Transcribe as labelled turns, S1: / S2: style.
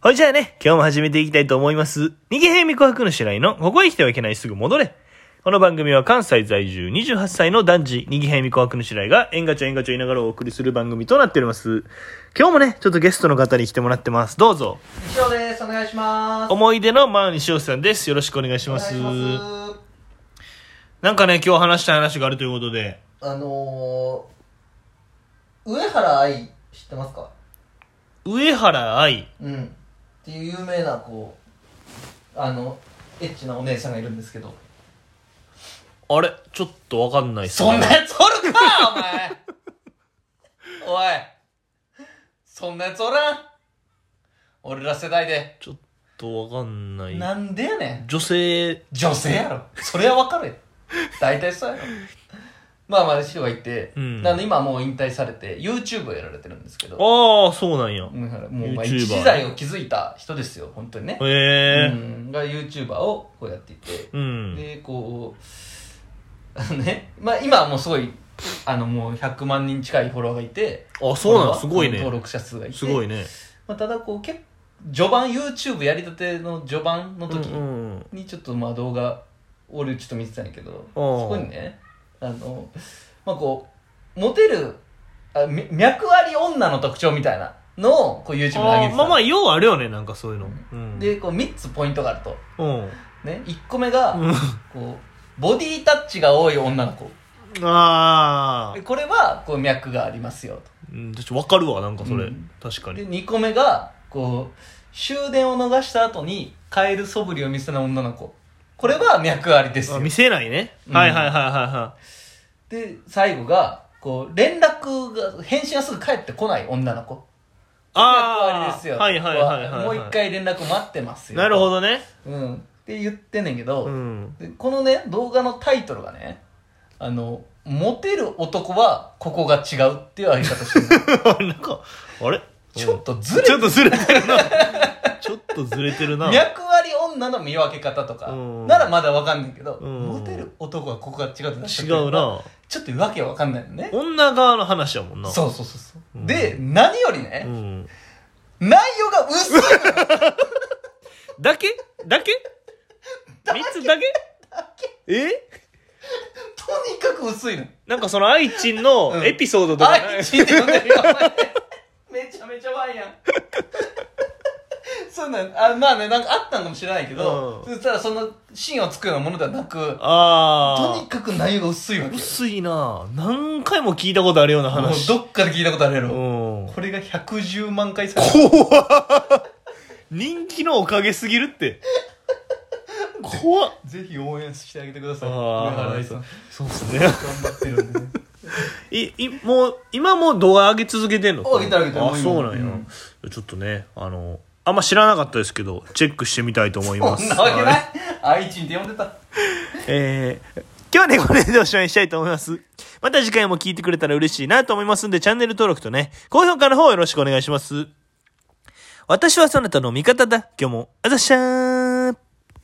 S1: ほいじゃあね、今日も始めていきたいと思います。逃げへみ琥珀の白井の、ここへ来てはいけないすぐ戻れ。この番組は関西在住28歳の男児、逃げへみ琥珀の白井が、縁がちょ縁がちょ言いながらお送りする番組となっております。今日もね、ちょっとゲストの方に来てもらってます。どうぞ。
S2: 西尾です。お願いします。
S1: 思い出のマーニシオさんです。よろしくお願いし
S2: お
S1: ます。
S2: 願いします
S1: なんかね、今日話したい話があるということで、
S2: あのー、上原愛知ってますか
S1: 上原愛。
S2: うん。っていう有名な、こう、あの、エッチなお姉さんがいるんですけど。
S1: あれちょっとわかんないっすね
S2: そんなやつおるかお前おいそんなやつおらん俺ら世代で。
S1: ちょっとわかんない。
S2: なんでやねん。
S1: 女性、
S2: 女性やろそれは分かるよ大体そうやろまあまあ師匠がいて、
S1: うん
S2: なんで今はもう引退されて YouTube をやられてるんですけど
S1: ああ、そうなんや。
S2: だからもうまあ
S1: YouTuber
S2: 一時代を築いた人ですよ本当にね、
S1: へ
S2: う
S1: え。
S2: ん、が YouTuber をこうやっていて、
S1: うん。
S2: でこうあのねまあ今はもうすごいあのもう100万人近いフォロワーがいて
S1: あ、そうなんす
S2: フォロ
S1: ご
S2: ワー
S1: いね。
S2: 登録者数がいて
S1: すごいね。
S2: まあ、ただこう結構序盤 YouTube やりたての序盤の時、
S1: うんうん。
S2: にちょっとまあ動画俺ちょっと見てたんやけどそこにねあのまあこうモテるあみ脈あり女の特徴みたいなのをこう YouTube に上げてた
S1: あーまあまあ、ようあるよね、なんかそういうの。うん。
S2: でこう3つポイントがあると、
S1: うん。うん。
S2: ね、1個目が、こうボディタッチが多い女の子
S1: ああ
S2: で。これはこう脈がありますよ
S1: うんちょっとわかるわ、なんかそれ
S2: うん。
S1: 確か
S2: とで
S1: に。
S2: 2個目がこう終電を逃した後にカエル素振りを見せない女の子これは脈ありです
S1: あ
S2: よ
S1: 見せないね。はいはいはいはいは
S2: で最後がこう連絡が返信はすぐ返ってこない女の子
S1: あー
S2: 連絡終わりですよ
S1: はいはいはいはいはい
S2: もう一回連絡待ってます
S1: い。
S2: よ
S1: なるほ、どね。
S2: うん、って言ってんねんけど、
S1: うん。
S2: でこのね動画のタイトルがねあのモテる男はここが違うっていうあり方してる
S1: なんか、あれ
S2: ちょっとずれ
S1: ちょっとずれてるな。 ちょっとずれてる な。
S2: 脈割り女の見分け方とか
S1: うん
S2: ならまだわかんないけど、
S1: うん
S2: モテる男はここが違うってなっちゃ
S1: 違
S2: ってる
S1: うな。
S2: ちょっとわけわかんないよね
S1: 女側の話やもんな。
S2: そうそうそうそう、
S1: うん
S2: で何よりね、
S1: うん。
S2: 内容が薄いのよ
S1: だけだけ三つだけえ
S2: とにかく薄いの。
S1: なんかその愛知のエピソードとか、
S2: 愛知って呼んでるよ、お前めちゃめちゃワイやん。そうなん、あまあね、なんかあったんかもしれないけど、
S1: う
S2: そしたらその芯を作るようなものではなく、と
S1: あ
S2: にかく内容が薄いわ
S1: あ
S2: け。
S1: 薄いな何回も聞いたことあるような
S2: もう
S1: 話
S2: どっかで聞いたことあるや
S1: う
S2: ろ。
S1: ん
S2: これが110万回再生。
S1: 人気のおかげすぎるって 怖っ
S2: ぜひ応援してあげてください。上原
S1: ああ
S2: 愛さん。頑
S1: そうっすね
S2: 張ってるんでね。
S1: いいもう今も動画上げ続けてんの
S2: 上げてる上げてる
S1: あそうなんや、
S2: うん
S1: ちょっとねあのあんま知らなかったですけどチェックしてみたいと思います
S2: そんなわけ
S1: は
S2: ないい愛知って呼んでた。
S1: えー今日はね、これでおしまいにしたいと思います。また次回も聞いてくれたら嬉しいなと思いますんで、チャンネル登録とね、高評価の方よろしくお願いします。私はそなたの味方だ。今日も、あざっしゃーん。